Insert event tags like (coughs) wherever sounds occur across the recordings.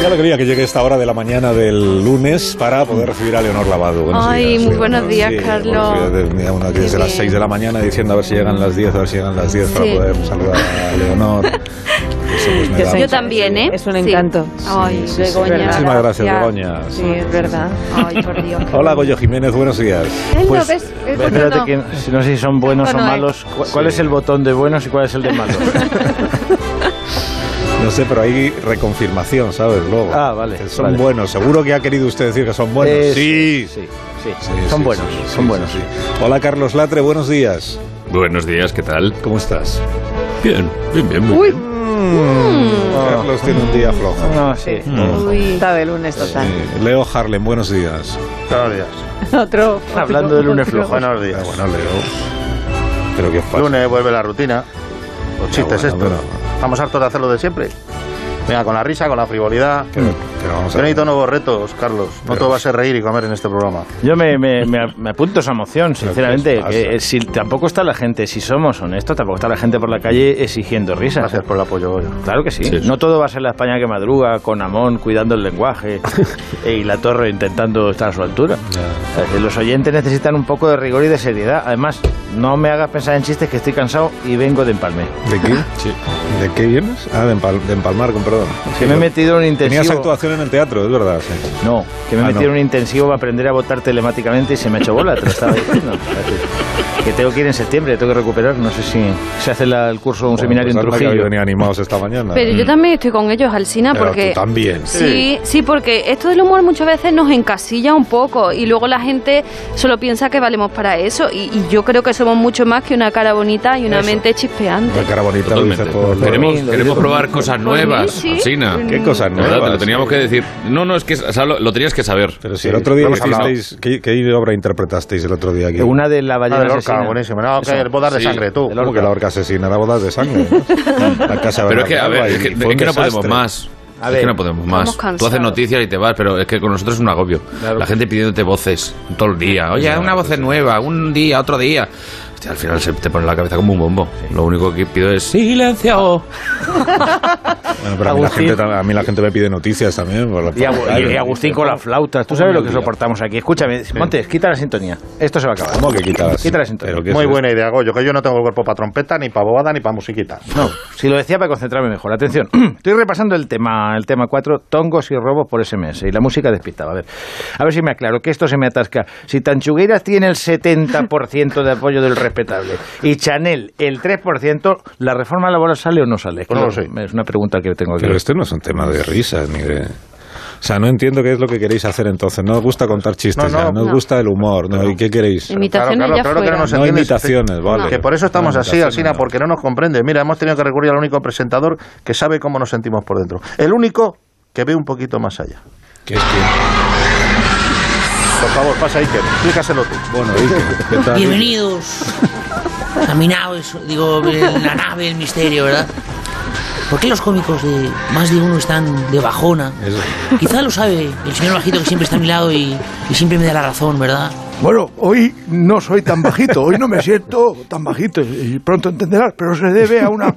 Qué alegría que llegue esta hora de la mañana del lunes para poder recibir a Leonor Lavado. Buenos Ay, días, muy Leonor. buenos días, Sí, Carlos. buenos días. Tenía una que desde Qué las bien. 6 de la mañana diciendo a ver si llegan las 10, a ver si llegan las 10 para Sí. poder saludar a (laughs) Leonor. Eso pues me Yo da soy- Yo mucha también, ¿eh? alegría. Es un Sí. encanto. Ay, Sí, sí, sí. Begoña. Muchísimas gracias, Begoña. Sí, es verdad. Ay, por Dios. qué Hola, bueno. Goyo Jiménez, buenos días. Él Pues, no ves, él no, espérate no. que si no sé si son buenos o Bueno, eh. malos. ¿Cu- ¿Cuál Sí. es el botón de buenos y cuál es (laughs) el de malos? No sé, pero hay reconfirmación, ¿sabes? Luego. Ah, vale, Que Son vale. buenos. Seguro que ha querido usted decir que son buenos. Eh, sí. sí, sí, Sí, Son sí, buenos, sí, sí, son buenos. sí, sí. Hola, Carlos Latre, buenos días. Buenos días, ¿qué tal? ¿Cómo estás? Bien, bien, bien. muy Uy, bien. Mm. Carlos tiene un día flojo. Ah. No, sí. Mm. uy. Está de lunes (laughs) total. Sí. Eh, Leo Harlem, buenos días. Buenos días. Otro. Hablando de lunes flojo. Buenos Ah, días. bueno, Leo. Pero qué pasa. Lunes vuelve la rutina. Los chistes pues Ah, bueno, estos. pero- Estamos hartos de hacerlo de siempre. Venga, con la risa, con la frivolidad. Pero, Mm. pero vamos a Yo ver. necesito nuevos retos, Carlos. No Pero- todo va a ser reír y comer en este programa. Yo me, me- me- me apunto esa moción, ¿qué sinceramente. os pasa? que, eh, si tampoco está la gente, si somos honestos, tampoco está la gente por la calle exigiendo risas. Gracias por el apoyo, Goyo. Claro que sí. Sí, sí. No todo va a ser la España que madruga, con Amón cuidando (laughs) el lenguaje y la torre intentando estar a su altura. Eh, Los oyentes necesitan un poco de rigor y de seriedad. Además, no me hagas pensar en chistes que estoy cansado y vengo de empalme. ¿De (laughs) qué? ¿De qué vienes? Ah, de, empal- de Empalmar, con perdón. Que me he metido en un intensivo. Tenías actuación en el teatro, es verdad. sí. No, que me he Ah, metido no. en un intensivo para aprender a votar telemáticamente y se me ha hecho bola, te lo (laughs) estaba diciendo. que tengo que ir en septiembre, tengo que recuperar. No sé si se hace la- el curso, un seminario Bueno, pues anda en que habéis Trujillo. venido animados esta mañana. Pero yo también estoy con ellos, Alsina, Mm. Pero porque... tú también. Sí, sí, porque esto del humor muchas veces nos encasilla un poco y luego la gente solo piensa que valemos para eso y, y yo creo que somos mucho más que una cara bonita y una mente chispeante. Una cara bonita lo dice Totalmente. por... queremos Por mí, lo queremos digo probar por mí. cosas Por mí, nuevas, sí. Pues Alsina. ¿Qué cosas La verdad, te lo nuevas? teníamos que decir. No, no, es que o sea, lo, lo tenías que saber. Pero si Sí, el otro día lo hemos hablado. hicisteis... ¿qué, qué obra interpretasteis el otro día aquí? Una de la La ballena de Lorca, asesina. buenísimo. No, que Eso. bodas de sí, sangre, tú. de ¿Cómo que la orca asesina? Era bodas (laughs) de sangre. ¿no? La casa de Pero es que, a ver, Baracalba es que, y fue un es que no podemos desastre. más. A es ver, que no podemos más. cansados. Tú haces noticias y te vas, pero es que con nosotros es un agobio. Claro. La gente pidiéndote voces todo el día. Oye, una voz nueva, un día, otro día. Hostia, al final se te pone la cabeza como un bombo. Lo único que pido es silencio. Bueno, pero a mí, la Agustín. gente, tam- a mí la gente me pide noticias también. por la- Y, Agu- y- y Agustín con las flautas. Tú sabes lo que Hombre. soportamos aquí. Escúchame, Montes, quita la sintonía. Esto se va a acabar. ¿Cómo que quitabas? Quita la sintonía. Pero qué Muy es buena idea, Goyo, que yo no tengo el cuerpo para trompeta, ni para bobada, ni para musiquita. No, si lo decía para concentrarme mejor. Atención, (clears throat) estoy repasando el tema, el tema 4, tongos y robos por SMS. Y la música despistaba. A ver, a ver si me aclaro, que esto se me atasca. Si Tanchugueras tiene el 70% de apoyo del respetable y Chanel el 3%, ¿la reforma laboral sale o no sale? Pues no lo sé. Es una pregunta que tengo aquí. Pero este no es un tema de risas ni de... O sea, no entiendo qué es lo que queréis hacer entonces. No os gusta contar chistes, No, ya, no, no. os No. gusta el humor. ¿no? ¿Y qué queréis? Imita- Imitaciones claro, ya claro, claro que fuera. no nos No entiendes. imitaciones, vale. Que por eso estamos No, así, imitaciones, Alsina, no. porque no nos comprende. Mira, hemos tenido que recurrir al único presentador que sabe cómo nos sentimos por dentro. El único que ve un poquito más allá. ¿Qué es que- Por favor, pasa Iker, explícaselo tú. Bueno, eh. Iker, ¿qué tal? Bienvenidos a mi nave, so- digo, la nave del misterio, ¿verdad? ¿Por qué los cómicos de más de uno están de bajona? Eso. Quizá lo sabe el señor bajito que siempre está a mi lado y, y siempre me da la razón, ¿verdad? Bueno, hoy no soy tan bajito, hoy no me siento tan bajito y pronto entenderás, pero se debe a una (laughs)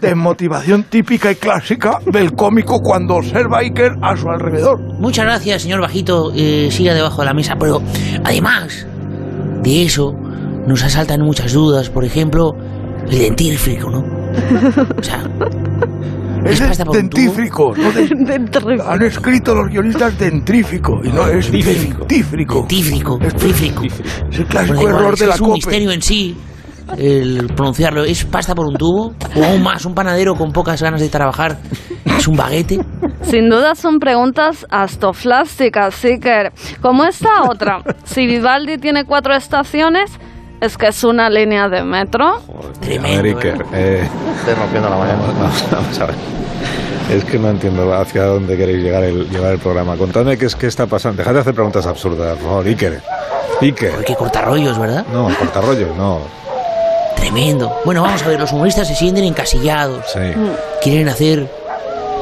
desmotivación típica y clásica del cómico cuando observa a Iker a su alrededor. Muchas gracias, señor bajito, eh, siga debajo de la mesa, pero además de eso nos asaltan muchas dudas, por ejemplo, el dentífrico, ¿no? O sea, Es pasa por un tubo? dentífrico, (laughs) ¿no? De- Dentro- han escrito los guionistas dentrífico (laughs) y no es dentífrico. dentífrico, dentífrico. Es el Bueno, clásico igual, error es, de la es un copa. misterio en sí el pronunciarlo. ¿Es pasta por un tubo? ¿O aún más, un panadero con pocas ganas de trabajar? ¿Es un baguete? Sin duda son preguntas astroflásticas, Siker. Como esta otra, (laughs) si Vivaldi tiene cuatro estaciones, es que es una línea de metro. A ver, Tremendo. Iker, ¿eh? eh, Estás rompiendo la mañana. vamos, vamos a ver. Es que no entiendo hacia dónde queréis llegar el, llevar el programa. Contadme qué es que está pasando. Dejad de hacer preguntas absurdas, por favor, Iker. Iker. Porque corta rollos, ¿verdad? No, cortarrollos, no. Tremendo. Bueno, vamos a ver, los humoristas se sienten encasillados. Sí. quieren hacer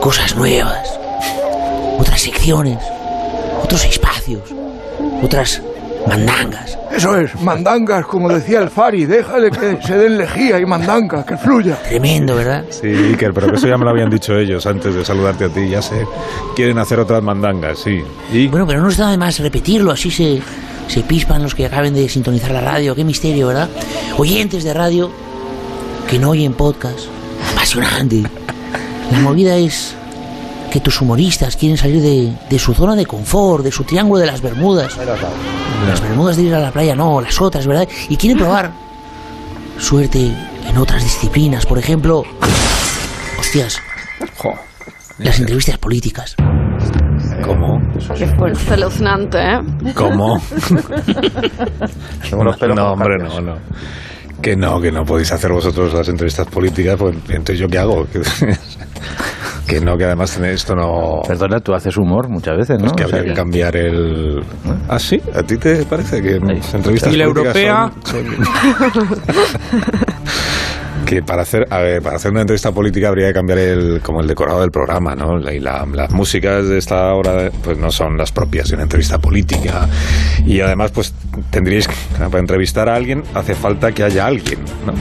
cosas nuevas, otras secciones, otros espacios, otras mandangas. Eso es, mandangas, como decía el Fari, déjale que se den lejía y mandanga, que fluya. Tremendo, ¿verdad? Sí, Iker, pero que eso ya me lo habían dicho ellos antes de saludarte a ti, ya sé. Quieren hacer otras mandangas, sí. Y Bueno, pero no está de más repetirlo, así se, se pispan los que acaben de sintonizar la radio. Qué misterio, ¿verdad? Oyentes de radio que no oyen podcast. Apasionante. La movida es que tus humoristas quieren salir de, de su zona de confort, de su triángulo de las Bermudas. Las Bermudas de ir a la playa, no, las otras, ¿verdad? Y quieren probar suerte en otras disciplinas, por ejemplo... Hostias. Las entrevistas políticas. ¿Cómo? Qué fuerte. pues Espeluznante, ¿eh? (laughs) ¿Cómo? Tengo los pelos no, como hombre, carpias. no, no. Que no, que no podéis hacer vosotros las entrevistas políticas, pues entonces yo qué hago. (laughs) Que, que no, que además tenéis esto no. Perdona, tú haces humor muchas veces, ¿no? que O sea habría que cambiar el. Ah, sí, ¿a ti te parece que las entrevistas ¿Y la políticas son- (laughs) que para hacer, a ver, para hacer una entrevista política habría que cambiar el, como el decorado del programa, ¿no? La- Y la- las músicas de esta hora pues no son las propias de una entrevista política. Y además, pues tendríais que, para entrevistar a alguien hace falta que haya alguien, ¿no?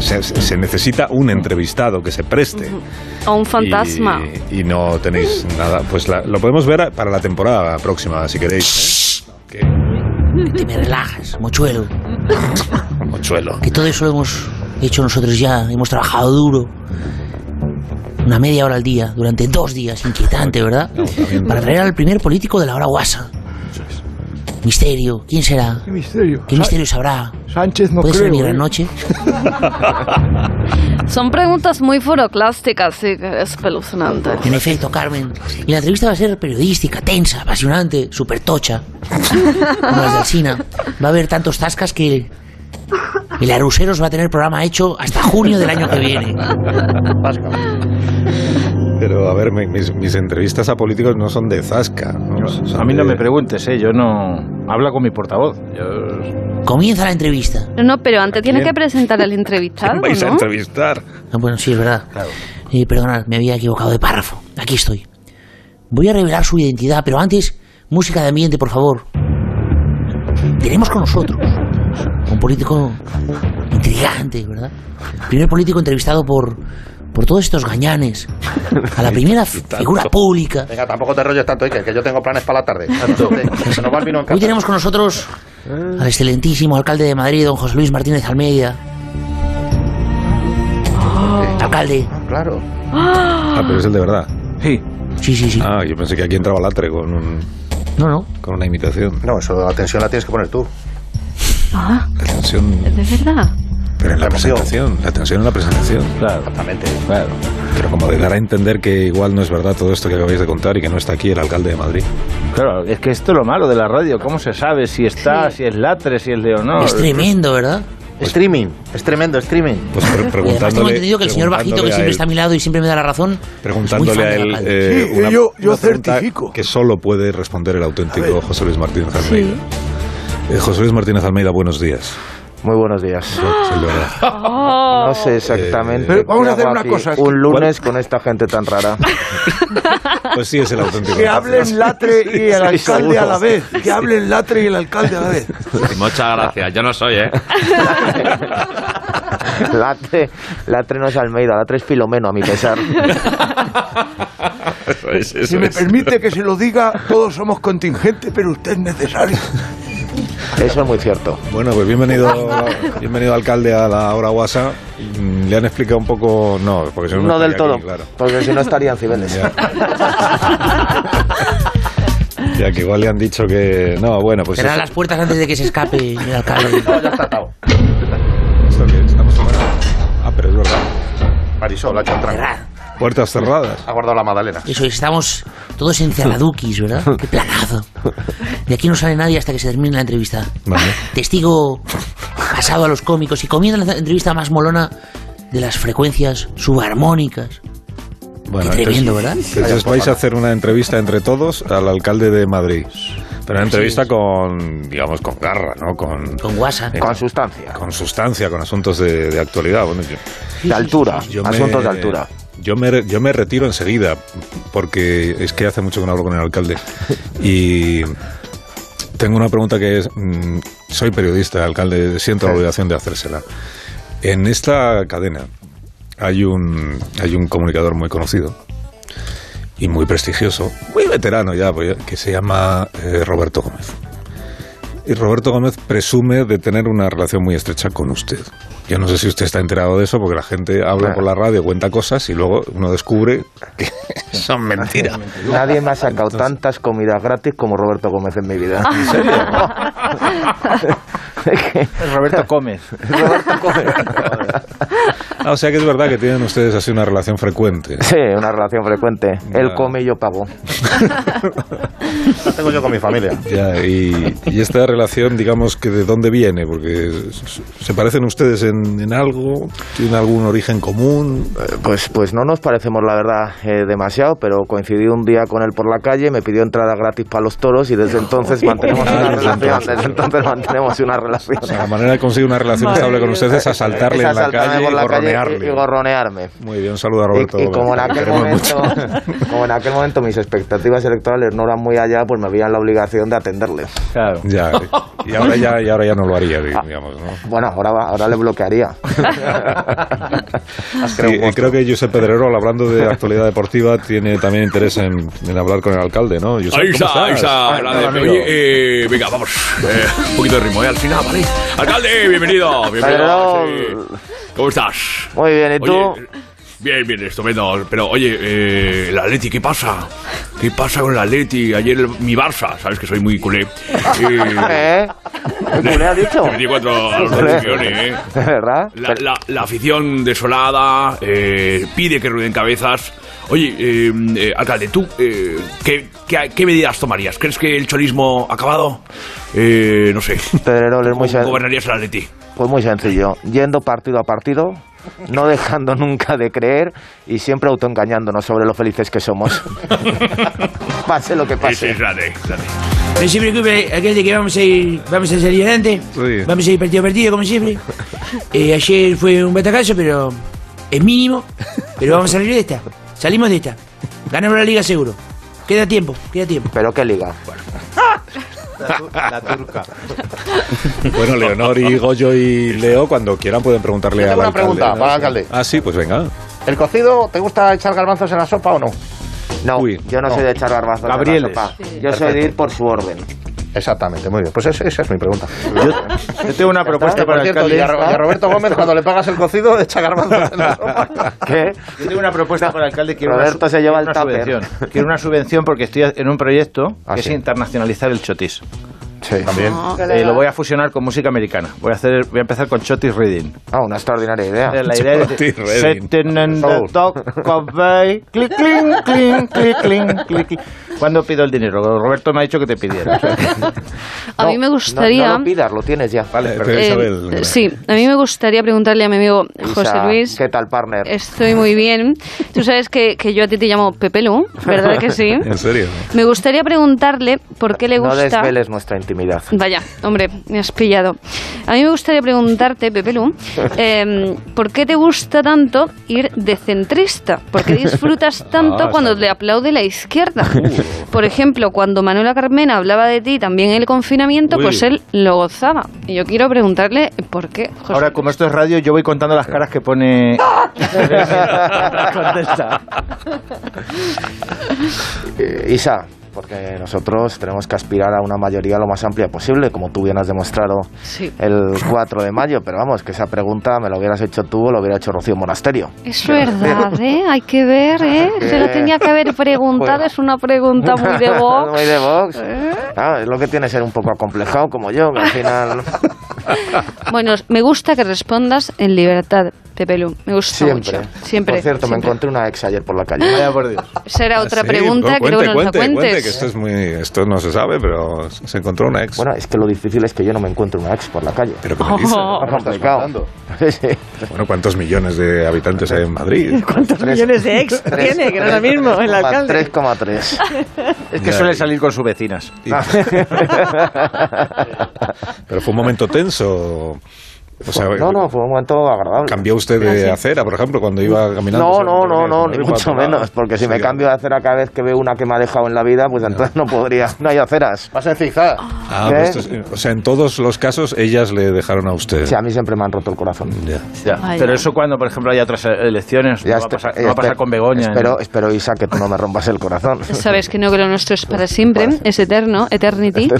Se, se- se necesita un entrevistado que se preste. O un fantasma. Y, y no tenéis nada. Pues la- lo podemos ver a- para la temporada próxima, si queréis. ¿eh? Que- Te me relajas, mochuelo. mochuelo. Que todo eso lo hemos hecho nosotros ya. Hemos trabajado duro. Una media hora al día, durante dos días. Inquietante, ¿verdad? Para traer al primer político de la hora guasa. Misterio. ¿Quién será? Qué misterio. ¿Qué misterio sabrá? Sánchez no ¿Puede ser mi creo. gran ¿eh? noche? Son preguntas muy foroclásticas, sí, que es espeluznante. En efecto, Carmen. Y la entrevista va a ser periodística, tensa, apasionante, súper tocha. Como las de Alsina. Va a haber tantos tascas que. El Aruseros va a tener programa hecho hasta junio del año que viene. Pero a ver, mi- mis, mis entrevistas a políticos no son de zasca. ¿no? Yo- Son a mí no de- me preguntes, ¿eh? Yo no... Habla con mi portavoz. Yo- Comienza la entrevista. No, no, pero antes tiene quién? que presentar al (laughs) entrevistado, ¿Quién vais a ¿no? entrevistar? Ah, Bueno, sí, es verdad. Eh, perdonad, me había equivocado de párrafo. Aquí estoy. Voy a revelar su identidad, pero antes, música de ambiente, por favor. Tenemos con nosotros un político intrigante, ¿verdad? Primer político entrevistado por, por todos estos gañanes. A la primera figura pública. Venga, tampoco te rolles tanto, Iker, que yo tengo planes para la tarde. (laughs) Entonces, se nos va el vino en casa. Hoy tenemos con nosotros al excelentísimo alcalde de Madrid, don José Luis Martínez Almeida. Alcalde, Claro. Ah, pero es el (gasps) de verdad. Sí. sí, sí, sí. Ah, yo pensé que aquí entraba Latre con, un, No, no, con una imitación. No, eso, la tensión la tienes que poner tú. Ah, La tensión. de verdad. Pero en la La emoción. presentación. La tensión en la presentación. Claro, Exactamente. claro. Pero como de dar a entender que igual no es verdad todo esto que acabáis de contar y que no está aquí el alcalde de Madrid. Claro, es que esto es lo malo de la radio. ¿Cómo se sabe si está, si es latre, si es Ah, leonor? es tremendo, ¿verdad? streaming, es tremendo, streaming. Pues (laughs) Y pre- además tengo preguntándole. entendido que el señor Bajito, que preguntándole a siempre él- está a mi lado y siempre me da la razón, es muy Preguntándole fan a del él alcalde. eh, Sí, una, yo- yo una pregunta certifico. que solo puede responder el A ver. auténtico José Luis Martínez Almeida. Eh, José Luis Martínez Almeida, buenos días. Muy buenos días. Ah. Es el de verdad. No sé exactamente. Pero vamos a qué hacer hago una aquí cosa. Un lunes con esta gente tan (laughs) rara. Pues sí, es el auténtico. Que hablen Latre y el Sí, sí, alcalde a la seguro. vez. Que hablen Latre y el alcalde a la vez. Muchas gracias, yo no soy, (laughs) ¿eh? Latre, Latre no es Almeida, Latre es Filomeno, a mi pesar. Eso es, eso Si me es. permite que se lo diga, todos somos contingente, pero usted es necesario. Eso es muy cierto. Bueno, pues bienvenido, bienvenido alcalde a la hora guasa. Mm, Le han explicado un poco, no, porque si no, No del estaría todo, aquí, porque si no estarían Cibeles. claro. Ya que igual le han dicho que no, bueno, pues Cerrar eso- las puertas antes de que se (laughs) escape el alcalde. No, ya está atado. esto que estamos fuera. Ah, pero es verdad. Marisol, ha hecho el trago. Cerrad. Puertas (laughs) cerradas. Ha guardado la magdalena. Eso, es, estamos todos encerraduquis, ¿verdad? Qué planazo. De aquí no sale nadie hasta que se termine la entrevista. Vale. Testigo pasado a los cómicos y comienza la entrevista más molona de las frecuencias subarmónicas. Bueno, Qué tremendo, ¿verdad? entonces vais a hacer una entrevista entre todos al alcalde de Madrid. Pero una entrevista con, digamos, con garra, ¿no? Con, Con WhatsApp. eh, Con sustancia. con sustancia, con asuntos de, de actualidad. Bueno, yo, De altura. yo me- Asuntos de altura. Yo me, re- yo me retiro enseguida, porque es que hace mucho que no hablo con el alcalde. Y tengo una pregunta que es, mm, soy periodista, alcalde, siento la obligación de hacérsela. En esta cadena hay un, hay un comunicador muy conocido y muy prestigioso, muy veterano ya, pues, que se llama eh, Roberto Gómez. Y Roberto Gómez presume de tener una relación muy estrecha con usted. Yo no sé si usted está enterado de eso, porque la gente habla por la radio, cuenta cosas y luego uno descubre que (laughs) son mentiras. Nadie me ha sacado tantas comidas gratis como Roberto Gómez en mi vida. Ah. Roberto Gómez. Roberto Gómez. Ah, O sea que es verdad que tienen ustedes así una relación frecuente. Sí, una relación frecuente. Él Ya. come y yo pago. La tengo yo con mi familia. Ya, y, y esta relación, digamos que de dónde viene, porque s- se parecen ustedes en, en algo, tienen algún origen común. Eh, Pues, pues no nos parecemos, la verdad, eh, demasiado, pero coincidí un día con él por la calle, me pidió entrada gratis para los toros y desde entonces mantenemos Ah, (laughs) una desde relación. entonces. Desde entonces mantenemos (laughs) una relación. O sea, la manera de conseguir una relación estable con ustedes es asaltarle Es en la asaltarme calle y por la calle y- gorronearle. y gorronearme. Muy bien, un saludo a Y- Roberto. Y, Gómez, como, en que aquel queremos momento, mucho. (laughs) como en aquel momento mis expectativas electorales no eran muy allá, pues me veían la obligación de atenderle. Claro. (laughs) Ya, y ahora ya, y ahora ya no lo haría, digamos, ¿no? Bueno, ahora, va- ahora le bloquearía. Sí, eh, creo, que Josep Pedrerol, hablando de actualidad deportiva, tiene también interés en, en hablar con el alcalde, ¿no? Josep, Ahí ¿cómo está, ahí estás? está. Ah, la de- amigo. oye, eh, venga, vamos. eh, un poquito de ritmo, eh, al final, ¿vale? Alcalde, bienvenido. bienvenido Perdón. sí. ¿Cómo estás? Muy bien, ¿y tú? Oye, bien, bien, estupendo. Pero oye, eh, el Atleti, ¿qué pasa? ¿Qué pasa con el Atleti? Ayer el- mi Barça, sabes que soy muy (laughs) culé. Eh, ¿Eh? ¿Qué ha dicho? le metí cuatro a los dos millones, eh. (laughs) ¿De verdad? La, la- la afición desolada eh, pide que rueden cabezas. Oye, eh, eh, alcalde, ¿tú eh, ¿qué, qué, qué medidas tomarías? ¿Crees que el cholismo ha acabado? Eh, no sé. Pedrerol es muy, sen- ¿Gobernarías el Atleti? pues muy sencillo. Yendo partido a partido, (laughs) no dejando nunca de creer y siempre autoengañándonos sobre lo felices que (laughs) somos. pase lo que Sí, pase. sí, grande, grande. No se preocupe, aquel de que vamos a ir, vamos a salir adelante, Sí. vamos a ir partido a partido como siempre. Eh, ayer fue un batacazo, pero es mínimo, pero vamos a salir de esta, salimos de esta, ganamos la liga seguro, queda tiempo, queda tiempo. Pero qué liga. (laughs) Eh, Bueno, Leonor y Goyo y Leo, cuando quieran, pueden preguntarle Yo a tengo una pregunta para el alcalde. Ah, sí, pues venga. ¿El cocido te gusta echar garbanzos en la sopa o no? No, Uy, yo no, soy de echar barbazos. en la Gabrieles. sopa. Yo soy de ir por su orden. Exactamente, muy bien. Pues es- esa es mi pregunta. Yo tengo una propuesta Que, para por el cierto, y alcalde. a, Ro- y a Roberto Gómez, cuando le pagas el cocido, echa garbanzos en la sopa. (laughs) ¿Qué? Yo tengo una propuesta para el alcalde. Quiero Roberto una, su- se lleva quiero el una tupper. subvención. Quiero una subvención porque estoy en un proyecto Ah, que sí. es internacionalizar el chotis. Sí, también. Eh, lo voy a fusionar con música americana. Voy a hacer, voy a empezar con Chotis Reading. Ah, una extraordinaria idea. La idea es de- Chotis Reading. Sitting in the dock of bay, clic, clin, clin, clic, clin, clic, clin. ¿Cuándo pido el dinero? Roberto me ha dicho que te (laughs) pidiera. O sea, A No, mí me no- gustaría... No, lo pidas, lo tienes ya. Eh, vale, pero eh, perfecto. Isabel, sí, a mí me gustaría preguntarle a mi amigo José Isa, Luis. ¿Qué tal, partner? Estoy muy bien. Tú sabes que, que yo a ti te llamo Pepelu, ¿verdad que sí? En serio. Me gustaría preguntarle por qué le No gusta... desveles nuestra intimidad. Vaya, hombre, me has pillado. A mí me gustaría preguntarte, Pepelu, eh, ¿por qué te gusta tanto ir de centrista? ¿Por qué disfrutas tanto Ah, cuando está le aplaude la izquierda? Por ejemplo, cuando Manuela Carmena hablaba de ti también en el confinamiento, Uy. pues él lo gozaba. Y yo quiero preguntarle por qué. José. Ahora, como esto es radio, yo voy contando las caras que (laughs) pone. Contesta. Eh, Isa, porque nosotros tenemos que aspirar a una mayoría lo más amplia posible, como tú bien has demostrado Sí. el 4 de mayo. Pero vamos, que esa pregunta me la hubieras hecho tú o la hubiera hecho Rocío Monasterio. Es (laughs) verdad, ¿eh? Hay que ver, ¿eh? Se lo tenía que haber preguntado. Bueno. Es una pregunta muy de Vox. (laughs) ¿Eh? Muy de Vox. Ah, es lo que tiene ser un poco (laughs) acomplejado como yo, que al final... Bueno, me gusta que respondas en libertad, Pepe Lu. Me gusta Siempre. mucho. Siempre. Por cierto, me siempre. encontré una ex ayer por la calle. Vaya por Dios. Esa era otra Sí, pregunta que cuente, luego nos la cuente, cuente, cuentes. que esto es muy, esto no se sabe, pero se encontró una ex. Bueno, es que lo difícil es que yo no me encuentro una ex por la calle. pero ¿qué Ah, me dice? Oh. Es complicado. Sí, (laughs) sí. Bueno, ¿cuántos millones de habitantes hay en Madrid? (laughs) ¿Cuántos Tres. millones de ex tiene? Que no es lo mismo, el alcalde. 3,3. Es que suele salir con sus vecinas. Y- pero fue un momento tenso. O sea, No, no, fue un momento agradable. ¿Cambió usted de acera, por ejemplo, cuando iba caminando? No, sobre no, el no, río, no, por ni ahí, mucho por la- menos, porque si Sí, me cambio de acera cada vez que veo una que me ha dejado en la vida, pues entonces no podría, no hay aceras. Vas en zigzag. Ah, ¿Eh? pues esto es- o sea, en todos los casos, ellas le dejaron a usted. Sí, a mí siempre me han roto el corazón. Ya. Ya, Vaya. Pero eso cuando, por ejemplo, haya otras elecciones, Ya no, va a espe- pasar, no va a pasar espe- con Begoña. Espero, espero, Isa, que tú no me rompas el corazón. (laughs) Sabes que no, que lo nuestro es (laughs) para siempre, es eterno, eternity.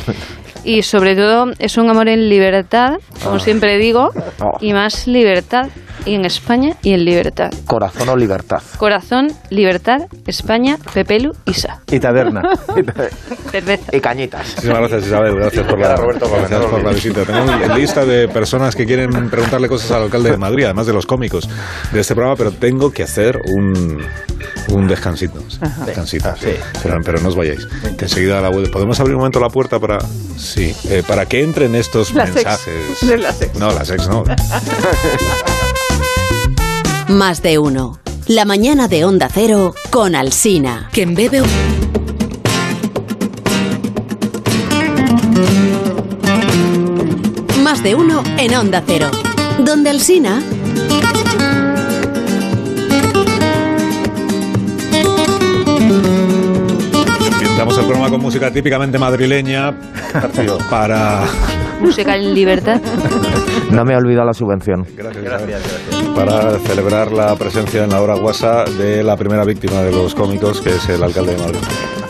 Y sobre todo es un amor en libertad, como siempre digo, Ah. y más libertad y en España y en libertad. (laughs) Corazón o libertad. Corazón, libertad, España, Pepelu, Isa. Y taberna. Cerveza. Y cañitas. Muchísimas gracias, Isabel. Gracias por la, Gracias, Roberto, por gracias por la visita. Tengo lista de personas que quieren preguntarle cosas al alcalde de Madrid, además de los cómicos de este programa, pero tengo que hacer un, un descansito. sí, descansito. Pero, pero no os vayáis. Que enseguida a la vuelta. ¿Podemos abrir un momento la puerta para, sí, eh, para que entren estos Las ex. mensajes? De las ex. No, las ex no. Más de uno. La mañana de Onda Cero con Alsina. Que en BBV... Más de uno en Onda Cero. Donde Alsina. Empezamos el programa con música típicamente madrileña para... Música en libertad. (laughs) No me he olvidado la subvención. Gracias, Isabel. Para celebrar la presencia en la hora guasa de la primera víctima de los cómicos, que es el alcalde de Madrid,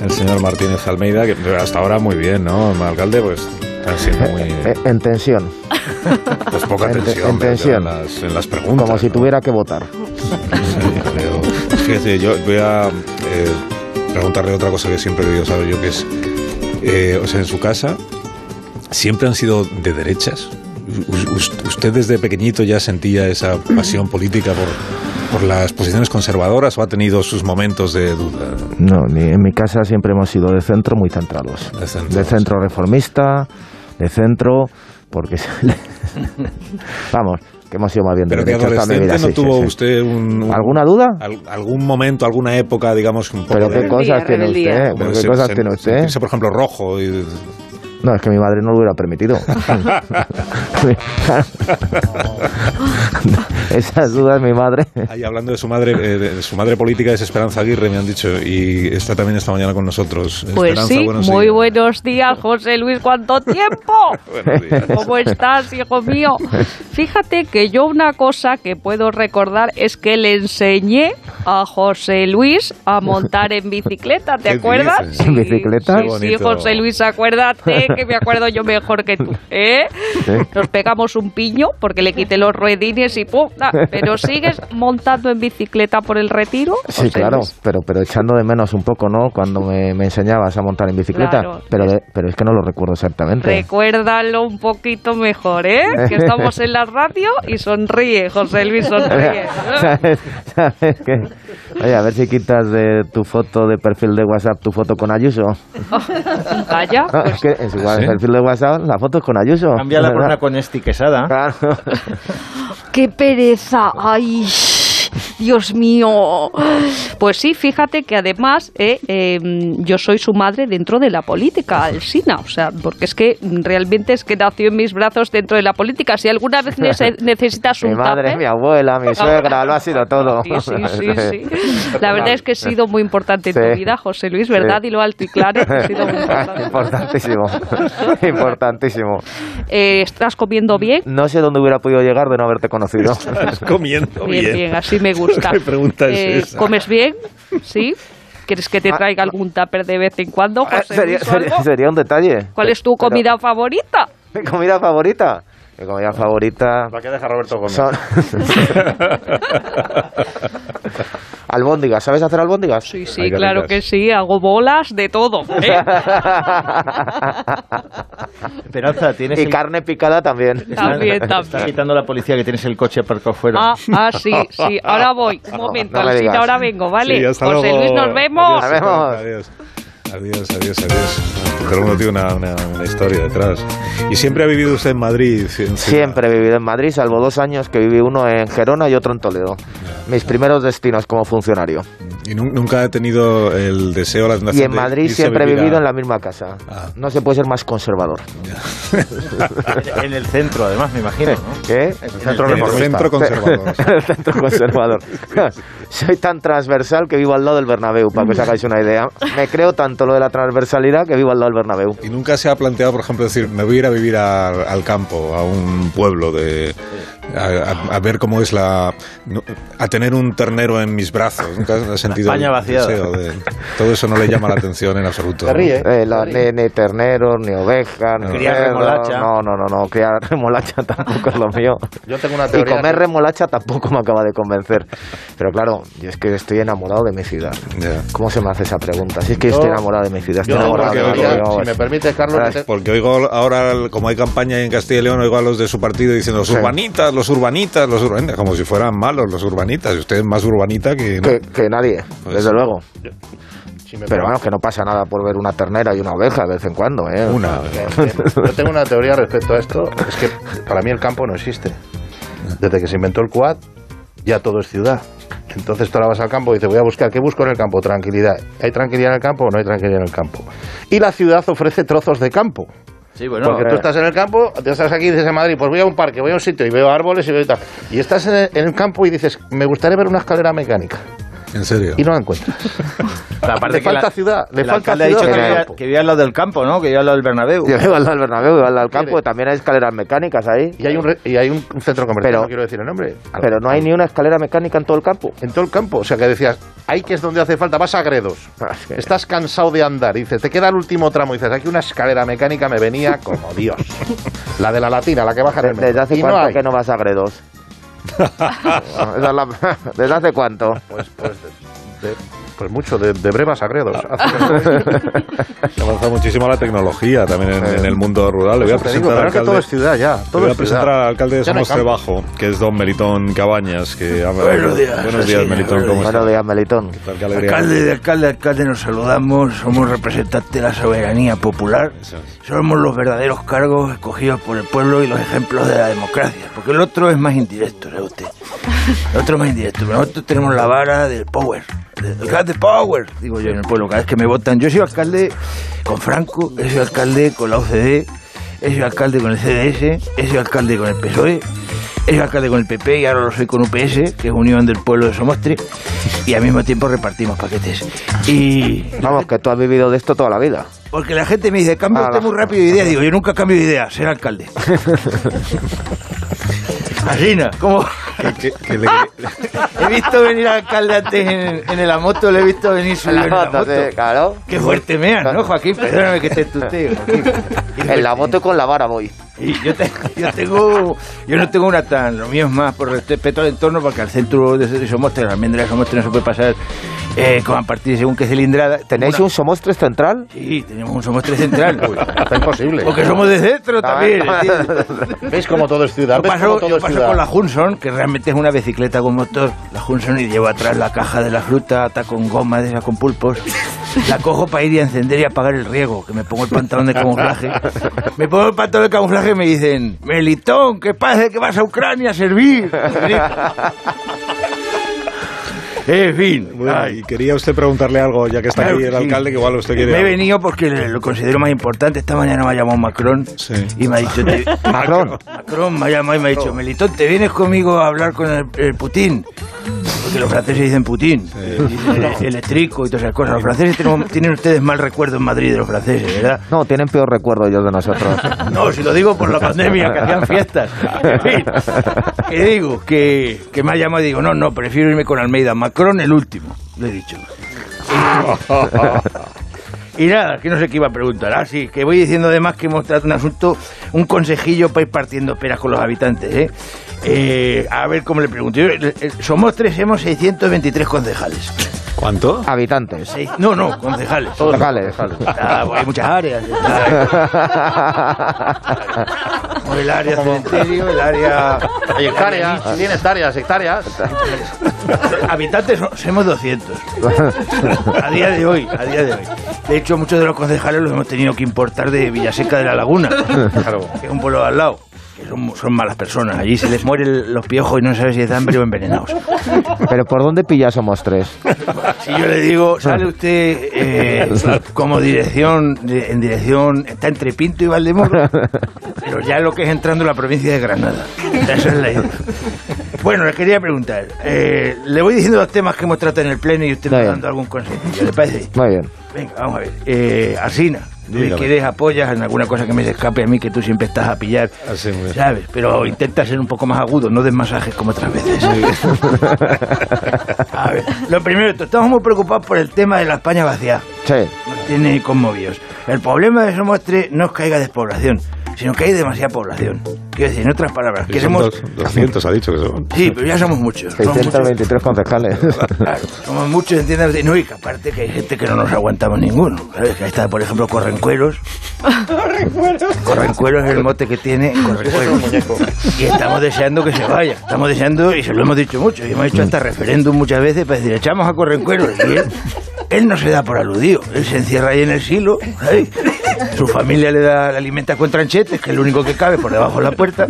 el señor Martínez Almeida, que hasta ahora muy bien, ¿no? El alcalde, pues, está siendo muy. Eh, en tensión, Pues poca en- tensión, en veo yo tensión. En, las, en las preguntas. como si ¿no? tuviera que votar. Sí, pero- Fíjate, yo voy a eh, preguntarle otra cosa que siempre digo, ¿sabes? Yo que es. eh, o sea, en su casa, ¿siempre han sido de derechas? U- us- ¿Usted desde pequeñito ya sentía esa pasión política por, por las posiciones conservadoras o ha tenido sus momentos de duda? No, ni en mi casa siempre hemos sido de centro muy centrados. De centro. De centro reformista, de centro, porque... (laughs) Vamos, que hemos sido más bien de Pero que derecha toda mi adolescente vida, no sí, sí, tuvo sí. usted un, Ah, un- ¿Alguna duda? al- algún momento, alguna época, digamos, un poco Pero de... qué cosas tiene rebeldía. usted, pero qué se- cosas se- tiene usted. sentirse, por ejemplo, rojo. y- No, es que mi madre no lo hubiera (laughs) permitido. (laughs) Esas dudas mi madre. Ahí hablando de su madre, eh, de su madre política es Esperanza Aguirre, me han dicho, y está también esta mañana con nosotros. Pues Esperanza, sí, buenos muy días. buenos días, José Luis, ¿cuánto tiempo? Buenos días. ¿Cómo estás, hijo mío? Fíjate que yo una cosa que puedo recordar es que le enseñé a José Luis a montar en bicicleta, ¿te ¿Qué acuerdas? dices? ¿En bicicleta? Sí, sí, Bonito. José Luis, acuérdate que me acuerdo yo mejor que tú, ¿eh? Nos pegamos un piño porque le quité los ruedines y pum, ah, pero sigues montando en bicicleta por el retiro. Sí, José claro, Luis? pero, pero echando de menos un poco, ¿no? Cuando me, me enseñabas a montar en bicicleta. Claro. Pero, de- pero es que no lo recuerdo exactamente. Recuérdalo un poquito mejor, ¿eh? Que estamos en la radio y sonríe, José Luis, (laughs) sonríe. ¿Sabes? ¿Sabes qué? Oye, a ver si quitas de tu foto de perfil de WhatsApp tu foto con Ayuso. Vaya, pues Es que en su ¿sí? perfil de WhatsApp la foto es con Ayuso. Cámbiala por una ¿verdad? con esti quesada. Claro. ¡Qué pereza! ¡Ay! Dios mío. Pues sí, fíjate que además eh, eh, yo soy su madre dentro de la política, Alsina. O sea, porque es que realmente es que nació en mis brazos dentro de la política. Si alguna vez nece- (laughs) necesitas un Mi madre, tupper- mi abuela, (laughs) mi suegra, lo ha sido todo. Sí, sí, sí, (laughs) sí. (laughs) La verdad es que he sido muy importante en Sí. tu vida, José Luis, ¿verdad? Sí. Dilo alto y claro. (laughs) que he sido muy importante. (laughs) Importantísimo, importantísimo. Eh, ¿Estás comiendo bien? No sé dónde hubiera podido llegar de no haberte conocido. Estás comiendo bien. Bien, bien, así me gusta. (laughs) ¿Qué pregunta es Eh, esa? ¿Comes bien? ¿Sí? ¿Quieres que te traiga algún tupper de vez en cuando, Ah, José (laughs) sería, Luis, o algo? sería- sería un detalle. ¿Cuál es tu Pero- comida favorita? ¿Mi comida favorita? Mi comida favorita La que deja Roberto Gómez. son... (laughs) Albóndigas, ¿sabes hacer albóndigas? Sí, claro que sí, hago bolas de todo. ¿eh? (laughs) Esperanza, tienes. Y el- carne picada también. También, también. Está quitando la policía que tienes el coche aparcado fuera. Ah, ah, sí, (laughs) sí. Ahora voy. Un momento, No me Alcina, digas. ahora vengo, ¿vale? Sí, hasta José luego. Luis, nos vemos. Adiós, Adiós. Adiós, adiós, adiós. Cada uno tiene una, una- una historia detrás. ¿Y siempre ha vivido usted en Madrid? en ciudad? Siempre he vivido en Madrid, salvo dos años que viví uno en Gerona y otro en Toledo. Mis primeros destinos como funcionario. ¿Y nun- nunca ha tenido el deseo, la tentación Y en de Madrid irse a siempre he vivir a- Ah. vivido en la misma casa. No se puede ser más conservador. En el centro, además, me imagino, ¿no? (laughs) ¿Qué? El centro reformista. centro conservador. ¿eh? (laughs) el centro conservador. Soy tan transversal que vivo al lado del Bernabéu, para que os hagáis una idea. Me creo tanto lo de la transversalidad que vivo al lado del Bernabéu. ¿Y nunca se ha planteado, por ejemplo, decir, me voy a ir a vivir a- al campo, a un pueblo, de, a, a- a ver cómo es la. no, a tener un ternero en mis brazos? ¿Nunca ha sentido España el vaciada. deseo de- todo eso no le llama la atención en absoluto. ¿no? Eh, la- ni, ni terneros, ni ovejas, ni Criar cerdos. remolacha. No, no, no, no, criar remolacha (laughs) (laughs) tampoco es lo mío. Yo tengo una Y teoría. comer que- remolacha tampoco me acaba de convencer. Pero claro, yo es que estoy enamorado de mi ciudad. ¿Cómo se me hace esa pregunta? Si es que Yo- estoy enamorado de mi ciudad, estoy yo tengo enamorado una de mi teoría, ciudad. si me permites, Carlos, que te- Porque oigo ahora, como hay campaña en Castilla y León, oigo a los de su partido diciendo los Sí. urbanitas, los urbanitas, los urbanitas, como si fueran malos los urbanitas. Y usted es más urbanita que. Que, que nadie, Pues desde sí. luego. me Pero vamos, que no pasa nada por ver una ternera y una oveja de vez en cuando, ¿eh? Una. (laughs) Yo tengo una teoría respecto a esto. Es que para mí el campo no existe. Desde que se inventó el quad, ya todo es ciudad. Entonces tú ahora vas al campo y dices, voy a buscar, ¿qué busco en el campo? Tranquilidad. ¿Hay tranquilidad en el campo o no hay tranquilidad en el campo? Y la ciudad ofrece trozos de campo. Sí, bueno. Porque tú estás en el campo, te estás aquí y dices en Madrid, pues voy a un parque, voy a un sitio y veo árboles y veo tal. Y estás en el, en el campo y dices, me gustaría ver una escalera mecánica. ¿En serio? Y no la encuentras. Aparte Le que (laughs) falta la- ciudad, le el falta alcalde ha ciudad dicho en que el vivía- campo. que vive al lado del campo, ¿no? Que vive al lado del Bernabéu. Yo vivo al lado del Bernabéu, vivo al lado del campo, que también hay escaleras mecánicas ahí. Y hay un, re- y hay un centro comercial, Pero- no quiero decir el nombre. Pero no hay ni una escalera mecánica en todo el campo. En todo el campo, o sea que decías, ahí que es donde hace falta, vas a (laughs) Gredos, Ah, estás cansado de andar, y dices, te queda el último tramo, y dices, aquí una escalera mecánica me venía como (laughs) Dios. La de la latina, la que baja en el metro. ¿Desde hace Y cuánto hay. que no vas a Gredos? (laughs) Esa es la- ¿Desde hace cuánto? Pues, De- pues mucho, de, de brevas a Gredos. Hace- Ha avanzado muchísimo la tecnología también en, en el mundo rural. Le voy a Por eso te presentar al digo, pero es que alcalde. todo es ciudad ya, Le todo voy a es presentar ciudad. al alcalde de Ya no hay Somos Bajo, que es don Melitón Cabañas. Que ha- Buenos días, Buenos días, sí, Melitón. ¿Cómo está? Buenos días, Melitón. (laughs) Qué alegría. Alcalde, de alcalde, alcalde, nos saludamos. Somos representantes de la soberanía popular. Somos los verdaderos cargos escogidos por el pueblo y los ejemplos de la democracia. Porque el otro es más indirecto, ¿sabe usted? El otro es más indirecto. Pero nosotros tenemos la vara del power. El alcalde power, digo yo en el pueblo. Cada vez que me votan, yo soy alcalde con Franco, he sido alcalde con la OCDE, he sido alcalde con el CDS, he sido alcalde con el PSOE. Es E, alcalde con el PP y ahora lo soy con UPS, que es Unión del Pueblo de Somostre, y al mismo tiempo repartimos paquetes. Y Vamos, que tú has vivido de esto toda la vida. porque Ah, la gente me dice, cambia usted muy rápido de idea, digo, yo nunca cambio de idea, ser (laughs) alcalde. Asina, ¿cómo? he visto venir al alcalde antes en, en la moto, le he visto venir subido en la moto. (laughs) claro. Qué fuerte me han, ¿no, Joaquín? Perdóname que te tuteo. En la moto y con la vara voy. Y yo, te- yo tengo, yo no tengo una tan, lo mío es más por respeto al entorno, porque al centro de, de Somostre, la almendra de Somostre no se puede pasar eh, con a partir de según qué cilindrada. ¿Tenéis un Somostre central? Sí, tenemos un Somostre central. pues. Está imposible. Ah. Porque (laughs) somos de centro también. ¿entiendes? (laughs) ¿Veis cómo todo es ciudad? Yo ¿Ves Ah, paso, cómo todo yo es paso ciudad? con la Hunson, que realmente es una bicicleta con motor, la Hunson, y llevo atrás la caja de la fruta, ata con goma, de esa con pulpos. La cojo para ir y encender y apagar el riego, que me pongo el pantalón de camuflaje. Me pongo el pantalón de camuflaje y me dicen, Melitón, que pase que vas a Ucrania a servir. En fin. Bueno, y quería usted preguntarle algo, ya que está Claro aquí que el sí. alcalde, que igual usted quiere. Me he venido porque lo considero más importante. Esta mañana me ha llamado Macron y me ha dicho... te- Macron. Macron me ha llamado y me ha dicho, Melitón, ¿te vienes conmigo a hablar con el, el Putin? Porque los franceses dicen Putin, el, el estrico y todas esas cosas. Los franceses tenemos- tienen ustedes mal recuerdo en Madrid de los franceses, ¿verdad? No, tienen peor recuerdo ellos de (laughs) nosotros. No, si lo digo por la pandemia, que hacían fiestas. En fin, que digo, que, que me ha llamado y digo, no, no, prefiero irme con Almeida. Macron el último, le he dicho. Y nada, que no sé qué iba a preguntar. Ah, sí, que voy diciendo además que hemos tratado un asunto, un consejillo para ir partiendo peras con los habitantes, ¿eh? Eh, a ver cómo le pregunto. Yo, eh, eh, somos tres, hemos 623 concejales. ¿Cuánto? Habitantes. Sí. No, no, concejales. Concejales. Ah, bueno, hay muchas áreas. Como el área cementerio, el área. Hay hectáreas, 100 hectáreas, hectáreas. Habitantes so- somos 200. A día de hoy, a día de hoy. De hecho, muchos de los concejales los hemos tenido que importar de Villaseca de la Laguna, que es un pueblo al lado. que Son, son malas personas. Allí se les mueren los piojos y no sabes si es de hambre o envenenados. Pero ¿por dónde pilla somos tres? Si yo le digo, sale usted eh, como dirección, de- en dirección, está entre Pinto y Valdemoro, pero ya lo que es entrando en la provincia de Granada. Esa es la idea. Bueno, le quería preguntar, eh, le voy diciendo los temas que hemos tratado en el pleno y usted me va Está bien. dando algún consejo. ¿Le parece? Muy bien. Venga, vamos a ver. Eh, Asina, tú me Dígame. quieres apoyas en alguna cosa que me se escape a mí que tú siempre estás a pillar, ¿sabes? Pero intenta ser un poco más agudo, no des masajes como otras veces. (laughs) A ver, lo primero, de todo, estamos muy preocupados por el tema de la España vacía. Sí. Nos tiene conmovidos. El problema de Somos Tres no es que haya despoblación, sino que hay demasiada población. Quiero decir, en otras palabras, que Son somos... dos- 200 ha dicho que son. Sí, pero ya somos muchos. Somos muchos, 623 (laughs) concejales. somos muchos entiendes. No, y que aparte que hay gente que no nos aguantamos ninguno. ¿sabes? Que ahí está, por ejemplo, Correncueros. Correncueros es el mote que tiene Correncueros. Y estamos deseando que se vaya. Estamos deseando, y se lo hemos dicho mucho, y hemos hecho hasta referéndum muchas veces para decir, echamos a Correncueros. Y él, él no se da por aludido. Él se encierra ahí en el silo. ¿sabes? Su familia le da le alimenta con tranchetes, que es lo único que cabe por debajo de la puerta.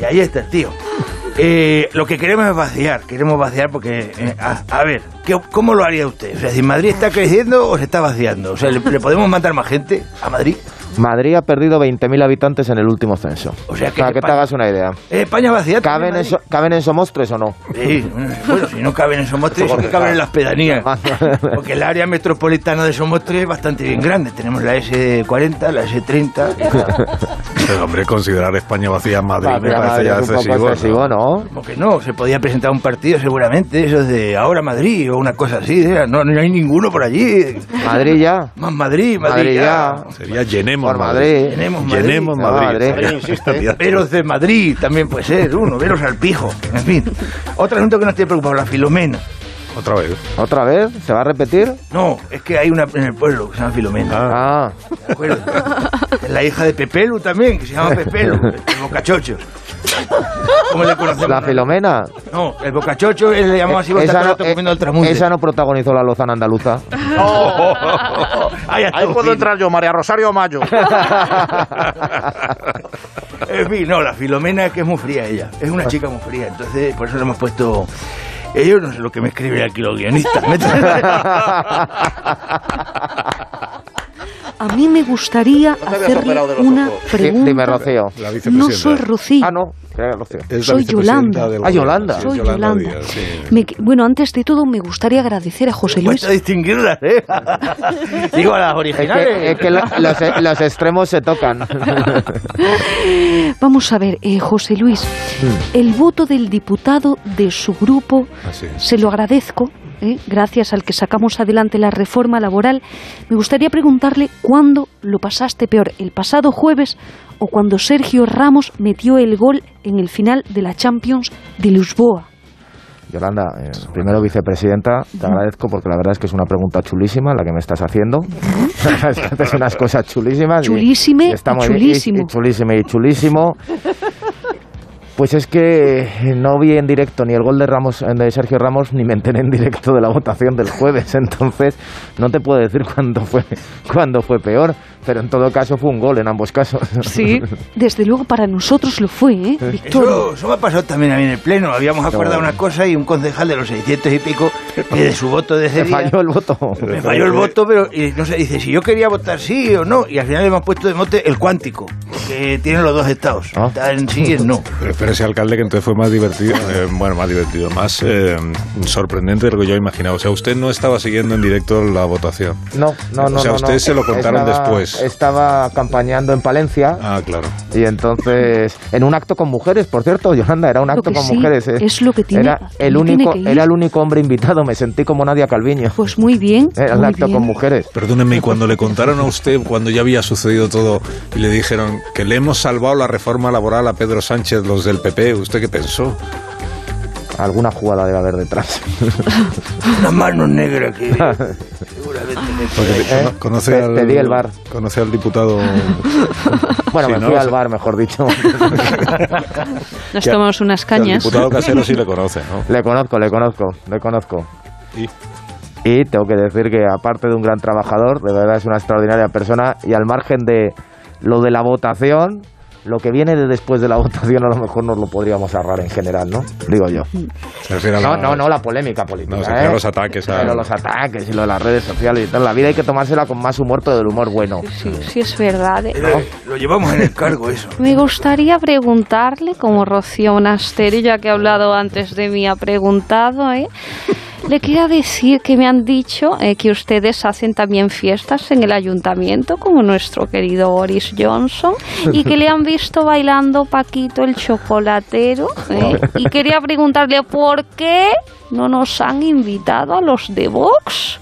Y ahí está el tío. Eh, lo que queremos es vaciar, queremos vaciar porque, eh, a, a ver, ¿qué- ¿cómo lo haría usted? O sea, si Madrid está creciendo o se está vaciando. O sea, ¿le, le podemos mandar más gente a Madrid? Madrid ha perdido 20.000 habitantes en el último censo. O sea, que Para que te España- hagas una idea. ¿Es Eh, España vacía? ¿Caben en, so- ¿Caben en Somos tres o no? Sí, bueno, si no caben en Somostres, sí que caben en las pedanías. Porque el área metropolitana de Somostres es bastante bien grande. Tenemos la S40, la S30. Pero, hombre, considerar España vacía en Madrid me Madrid parece ya es un poco excesivo. excesivo, ¿no? Como que no, se podía presentar un partido seguramente, esos de ahora Madrid o una cosa así. ¿eh? No, no hay ninguno por allí. Madrid ya. Más Madrid, ah. Madrid, Madrid ya. ya. Sería llenemos Por Madrid. Llenemos Madrid. Llenemos Ah, Madrid. Madrid. Sería- sería- Veros de Madrid también puede ser uno, veros al pijo, en fin. Otro asunto que nos tiene preocupado, la Filomena. Otra vez. ¿Otra vez? ¿Se va a repetir? No, es que hay una en el pueblo que se llama Filomena, Ah, ¿de acuerdo? Es la hija de Pepelu también, que se llama Pepelu, el bocachocho. ¿Cómo le conocemos? la Filomena. Eh, No, el bocachocho él le llamamos así porque está todo el rato comiendo altramunde. esa no protagonizó la lozana andaluza. (laughs) Ahí Ahí puedo entrar yo, María Rosario Mayo. En fin, Eh, no, la Filomena que es muy fría ella. Es una chica muy fría, entonces por eso le hemos puesto. Ellos no sé lo que me escriben aquí los guionistas. me A mí me gustaría habías hacerle operado de los una ojos. Di- pregunta. Dime, Rocío. (laughs) La No vicepresidenta. soy Rocío. Ah, no. Era Rocío. Es la Soy vicepresidenta Yolanda. del Ah, gobierno, Yolanda. sí, Soy Yolanda Yolanda. Díaz, sí. Me qu- bueno, antes de todo me gustaría agradecer a (laughs) José Luis. Cuesta distinguirlas, ¿eh? Digo a las Es que, originales. es que lo- los, los extremos se tocan. Vamos a ver, eh, José Luis, el voto del diputado de su grupo Así es. se lo agradezco. ¿eh? Gracias al que sacamos adelante la reforma laboral, me gustaría preguntarle cuándo lo pasaste peor, el pasado jueves o cuando Sergio Ramos metió el gol en el final de la Champions de Lisboa. Yolanda, eh, primero vicepresidenta, te agradezco porque la verdad es que es una pregunta chulísima la que me estás haciendo. (laughs) Haces unas cosas chulísimas. y- Chulísime y está y muy bien, y- chulísimo. y chulísime y chulísimo. Pues es que no vi en directo ni el gol de Ramos eh, de Sergio Ramos ni me enteré en directo de la votación del jueves, (laughs) entonces no te puedo decir cuándo fue cuándo fue peor, pero en todo caso fue un gol en ambos casos. Sí, desde luego para nosotros lo fue, ¿eh? Victoria. Eso, eso me ha pasado también a mí en el Pleno. Habíamos acordado bueno. una cosa y un concejal de los 600 y (laughs) pico, que de su voto de ese (laughs) Se día- falló el voto. Me falló el voto, pero eh, no sé, dice si yo quería votar sí o no, y al final le hemos puesto de mote el cuántico, que tiene los dos estados, Ah. está en sí y en no. Pero, pero ese alcalde que entonces fue más divertido, eh, bueno, más divertido, más eh, sorprendente de lo que yo imaginaba. O sea, usted no estaba siguiendo en directo la votación. No, no, no. O sea, no, no. ustedes se lo contaron Estaba- después. estaba campañando en Palencia. Ah, claro. Y entonces, en un acto con mujeres, por cierto, Yolanda, era un Lo acto que con sí, mujeres. eh. es lo que tiene- Era el, tiene único, que ir. era el único hombre invitado, me sentí como Nadia Calviño. Pues muy bien. Era el muy Eh, acto bien. con mujeres. Perdónenme, y cuando le contaron a usted, cuando ya había sucedido todo, y le dijeron que le hemos salvado la reforma laboral a Pedro Sánchez, los del PP, ¿usted qué pensó? Alguna jugada debe haber (laughs) detrás. Una mano negra que Porque te- ¿Eh? cono- conoce Pe- al, pedí el bar. Conoce al (laughs) diputado. Bueno, Sí, me ¿no? fui O al sea, bar, mejor (laughs) dicho. Nos que a- tomamos unas que al cañas. diputado Casero sí le conoce, ¿no? le conozco, le conozco, le conozco. Y Y tengo que decir que aparte de un gran trabajador, de verdad es una extraordinaria persona y al margen de lo de la votación, lo que viene de después de la (laughs) votación a lo mejor nos lo podríamos ahorrar en general, ¿no? Digo yo. se refiere a No, la- no, no, la polémica política. No, se refiere ¿eh? a los ataques a- Pero los ataques y lo de las redes sociales y tal. La vida hay que tomársela con más humor, pero del humor bueno. Sí, sí, es verdad. ¿eh? lo llevamos en el cargo eso. Me gustaría preguntarle, como Rocío Monasterio, ya que ha hablado antes de mí, ha preguntado, ¿eh? Le quería decir que me han dicho eh, que ustedes hacen también fiestas en el ayuntamiento, como nuestro querido Boris Johnson, y que le han visto bailando Paquito el chocolatero. ¿eh? Y quería preguntarle por qué no nos han invitado a los de Vox.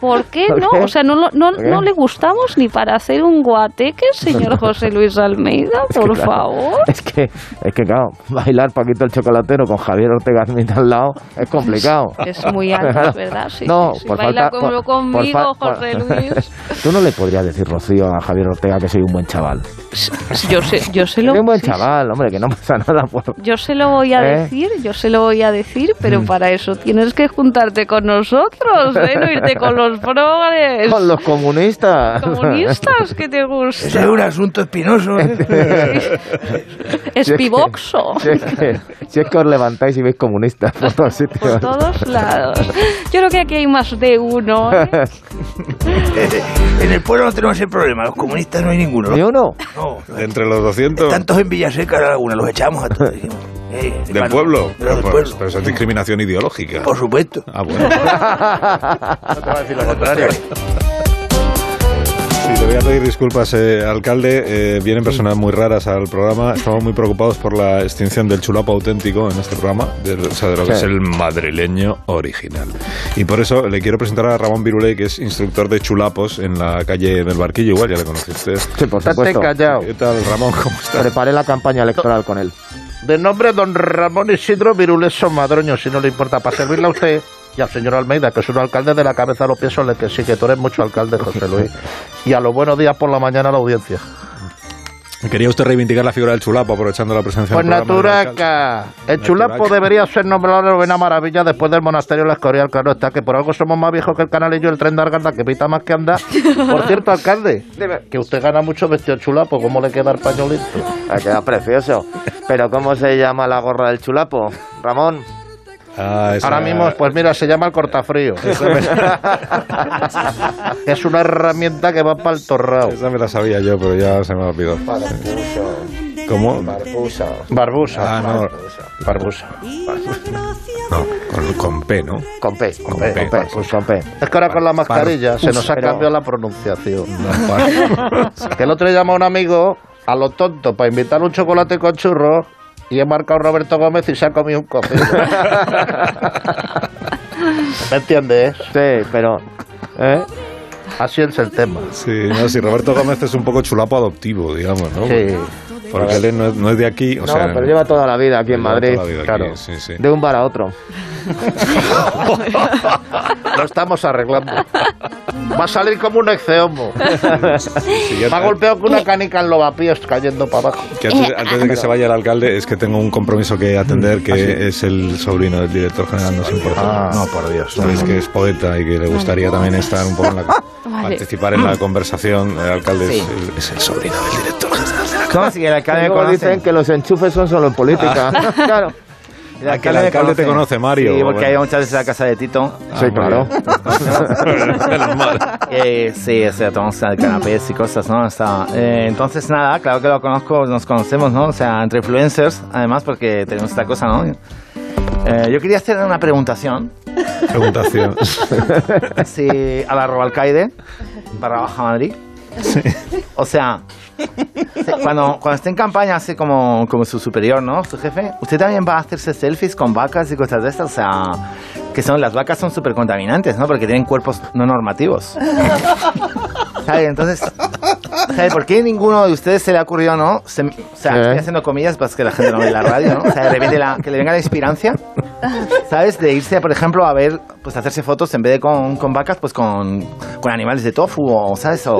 ¿Por qué ¿Por no? qué? O sea, no, lo- no, ¿Por qué? no le gustamos ni para hacer un guateque, señor José Luis Almeida, por claro, favor. (laughs) Es que, es que, claro, bailar Paquito el Chocolatero con Javier Ortega Smith al lado es complicado. Es muy alto, es ¿verdad? Sí, no, sí, sí. por Baila falta. como por- por conmigo, fa- por- José (laughs) Luis. Tú no le podrías decir, Rocío, a Javier Ortega que soy un buen chaval. Yo se, yo (laughs) se lo... Soy un buen sí, chaval, hombre, que no pasa nada por. Yo se lo voy a ¿Eh? Mm. decir, yo se lo voy a decir, pero para eso tienes que juntarte con nosotros, ¿eh? no irte con (laughs) los progres Con los comunistas. comunistas que te Ese es gustan. un asunto espinoso. ¿eh? Es pivoxo. (laughs) Si es, que, si es que os levantáis y veis comunistas por todos sitios. Por todos lados. Yo creo que aquí hay más de uno. ¿eh? (laughs) (laughs) en el pueblo no tenemos ese problema. Los comunistas no hay ninguno. Ni ¿no? uno. No, los- Entre los 200 tantos en Villaseca la Laguna, los echamos a todos. dijimos. Eh, del hermano, pueblo. de los del Pues, pueblo. pero eso es discriminación ideológica. Por supuesto. Ah, bueno. No te va a decir lo contrario. Sí, te voy a pedir disculpas, eh, alcalde. Eh, vienen personas muy raras al programa. Estamos muy preocupados por la extinción del chulapo auténtico en este programa, de, o sea, de lo que Sí. es el madrileño original. Y por eso le quiero presentar a Ramón Viruley, que es instructor de chulapos en la calle del Barquillo. Igual ya le conoce usted. Sí, por supuesto. callado. ¿Qué tal, Ramón? ¿Cómo estás? Preparé la campaña electoral con él. De nombre don Ramón Isidro Viruleso Madroño, si no le importa, para servirle a usted y al señor Almeida, que es un alcalde de la cabeza a los pies, le que sí, que tú eres mucho alcalde, José Luis. Y a los buenos días por la mañana a la audiencia. ¿Quería usted reivindicar la figura del chulapo aprovechando la presencia Pues del programa del Naturaca, el Naturaca. chulapo debería ser nombrado una maravilla después del monasterio del Escorial, claro está, que por algo somos más viejos que el canalillo y el tren de Arganda, que pita más que (laughs) anda. Por cierto, alcalde, que usted gana mucho vestido chulapo, ¿cómo le queda el pañolito? Ha quedado precioso. Pero ¿cómo se llama la gorra del chulapo? Ramón. Ah, esa- Ahora mismo, pues mira, se llama (laughs) el cortafrío. es una herramienta que va para el torrao. Esa me la sabía yo, pero ya se me olvidó. ¿Cómo? Barbusa. Ah, no. Barbusa. No, con, con P, ¿no? Con P. Con P, Con P. Con P. Es que ahora con la mascarilla se nos ha pero- cambiado la pronunciación. (laughs) que el otro le llamó a un amigo a lo tonto para invitar un chocolate con churros y he marcado Roberto Gómez y se ha comido un (laughs) cocido. ¿Me entiendes? Sí, pero. ¿eh? Así es el tema. Sí, no, sí, Roberto Gómez es un poco chulapo adoptivo, digamos, ¿no? Sí. Porque él no es, no es de aquí, o no, sea... pero lleva toda la vida aquí en lleva Madrid. toda la vida aquí, claro. sí, sí. De un bar a otro. (laughs) Lo estamos arreglando. Va a salir como un exceomo. sí, ya- Me ha golpeado con una canica en Lovapiés cayendo para abajo. que Eh, antes, antes de que se vaya el alcalde, es que tengo un compromiso que atender, Ah, que es el sobrino del director general, no es importante. no, por Dios. Sabéis que es poeta y que le gustaría también estar (laughs) un poco en la... Participar en Ah. la conversación, el alcalde es, el, es el sobrino del director general. de la- ¿Cómo si el alcalde Luego dicen que los enchufes son solo en política. (laughs) claro. El Ah, que el alcalde te conoce, Mario. Sí, porque Bueno. ha ido muchas veces a la casa de Tito. sí, claro. Menos mal. Eh, sí, o sea, tomamos canapés y cosas, ¿no? O sea, eh, entonces, nada, claro que lo conozco, nos conocemos, ¿no? O sea, entre influencers, además, porque tenemos esta cosa, ¿no? Eh, yo quería hacer una preguntación (laughs) (laughs) Preguntación. si, al arroba alcaide barra baja Madrid. O sea, cuando, cuando esté en campaña así como, como su superior, ¿no? Su jefe, usted también va a hacerse selfies con vacas y cosas de estas. O sea, que son las vacas son súper contaminantes, ¿no? Porque tienen cuerpos no normativos. ¿Sabe? Entonces, ¿sabe por qué ninguno de ustedes se le ha ocurrido, no? Se- o sea, ¿Eh? estoy haciendo comillas para que la gente no vea la radio, ¿no? O sea, de repente la- que le venga la inspirancia, ¿sabes? De irse, por ejemplo, a ver, pues hacerse fotos en vez de con, con vacas, pues con, con animales de tofu, o, ¿sabes? O, o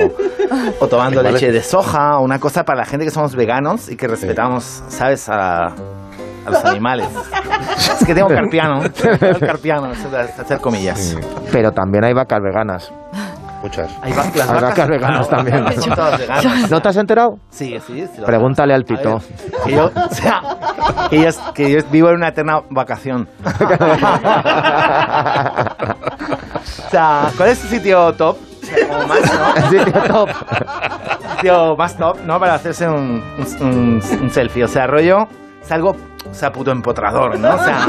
tomando Animales. leche de soja, o una cosa para la gente que somos veganos y que respetamos, ¿sabes? A, a los animales. Es que tengo carpiano, (laughs) tengo carpiano, es hacer comillas. Pero también hay vacas veganas. Muchas. Hay va- las Hay vacas veganas también. Son todas veganas. ¿No te has enterado? Sí, sí, sí. lo- Pregúntale al A Tito. ver, Que yo, (laughs) o sea, que yo, que yo vivo en una eterna vacación. (laughs) o sea, ¿cuál es tu sitio top? O sea, como más, ¿no? Sitio top. Sitio más top, ¿no? Para hacerse un, un- un- un selfie. O sea, rollo, es algo, o sea, puto empotrador, ¿no? O sea,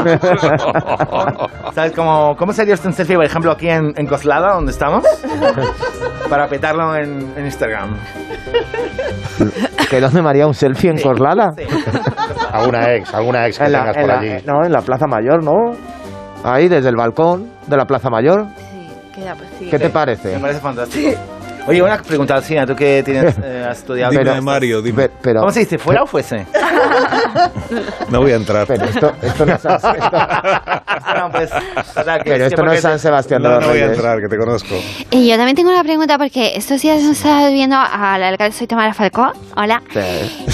¿sabes cómo, cómo sería usted un selfie, por ejemplo, aquí en, en Coslada, donde estamos? Para petarlo en, en Instagram. ¿Que dónde me haría un selfie en Corlala? Sí. Alguna ex, alguna ex que En la- tengas en por la- allí. no, en la Plaza Mayor, ¿no? Ahí, desde el balcón de la Plaza Mayor. Sí, queda pues sí. ¿Qué te Me parece? parece fantástico. Oye, una pregunta, Alcina, tú que tienes, eh, has estudiado. Dime, Mario, dime. Pe- Pero, ¿Cómo se dice? ¿Fuera o fuese? No voy a entrar. pero esto, esto no es San, (laughs) Ah, no, pues. o sea, que pero que esto no porque es San Sebastián de No, los no voy a Reyes. entrar, que te conozco. Y yo también tengo una pregunta porque estos días nos estaba viendo al alcalde Soy Tamara Falcó. Hola.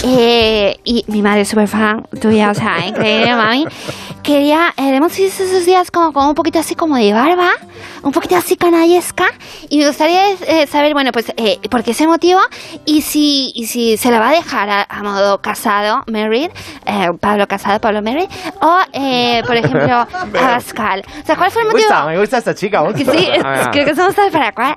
Eh, y mi madre es súper fan tuya, o (laughs) sea, increíble, mami. Quería, eh, hemos visto esos días como, como un poquito así como de barba, un poquito así canallesca. Y me gustaría eh, saber, bueno, pues, eh, por qué ese motivo y si, y si se la va a dejar a, a modo casado, married, eh, Pablo Casado, Pablo Married, o, eh, por ejemplo, Abascal. O sea, ¿cuál fue el Me motivo? gusta, me gusta esta chica. Que sí, es- Ah. creo que somos tal para cual.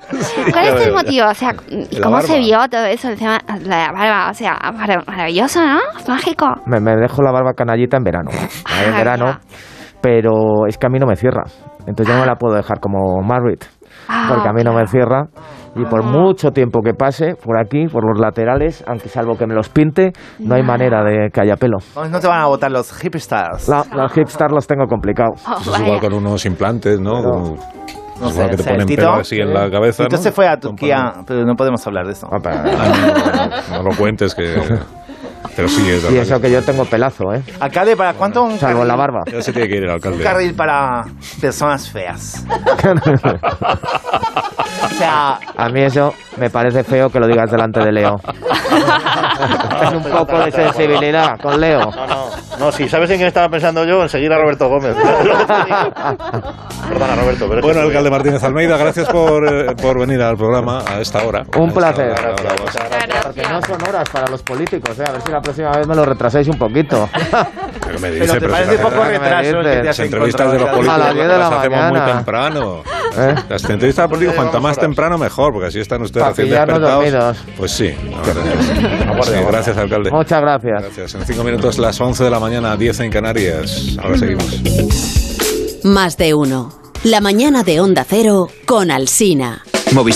¿Cuál es el motivo? O sea, ¿y La cómo se barba. vio todo eso? El tema de la barba, o sea, mar- maravilloso, ¿no? Mágico. Me, me dejo la barba canallita en verano. (coughs) en Ah, verano. ya. Pero es que a mí no me cierra. Entonces yo no me la puedo dejar como Marriott. Ah, Porque a mí no me claro. cierra. Y por mucho tiempo que pase, por aquí, por los laterales, aunque salvo que me los pinte, no hay manera de que haya pelo. No, no te van a votar los hipsters. La, los hipsters los tengo complicados. Oh, Eso Pues es vaya. igual con unos implantes, ¿no? Pero- Como- No igual que te o sea, ponen el pelo así en la cabeza. Tito ¿no? se fue a Con Turquía, pero no podemos hablar de eso. Ah, pa- Ah, no, no, no lo cuentes, (laughs) que. Pero sí, es Y verdad. eso que yo tengo pelazo, ¿eh? Alcalde, ¿para cuánto un Salvo carril, la barba. Ya se tiene que ir el un alcalde. carril para personas feas? o sea, A mí eso me parece feo que lo digas delante de Leo. Ten un poco de sensibilidad con Leo. No, no, no, sí, ¿sabes en quién estaba pensando yo? En seguir a Roberto Gómez. (laughs) Perdona, Roberto, pero es que Bueno, estoy- alcalde Martínez Almeida, gracias por, eh, por venir al programa a esta hora. Un A esta placer. hora, ahora vas- Porque no son horas para los políticos, ¿eh? A ver si la próxima vez me lo retrasáis un poquito. ¿Qué me pero dice? te Pero parece si poco las- re- retraso el que te Las las has entrevistas encontrado. de los políticos las 10 las de la hacemos muy mañana. temprano. (laughs) ¿Eh? Las entrevistas políticas, cuanto Llevamos más horas. temprano, mejor, porque así están ustedes Pa' recién pillarnos despertados. dormidos. Pues sí. (laughs) la verdad es que sí. Sí, Gracias, alcalde. Muchas gracias. Gracias. En cinco minutos, las 11 de la mañana, 10 en Canarias. Ahora seguimos. Más de uno. La mañana de Onda Cero con Alsina.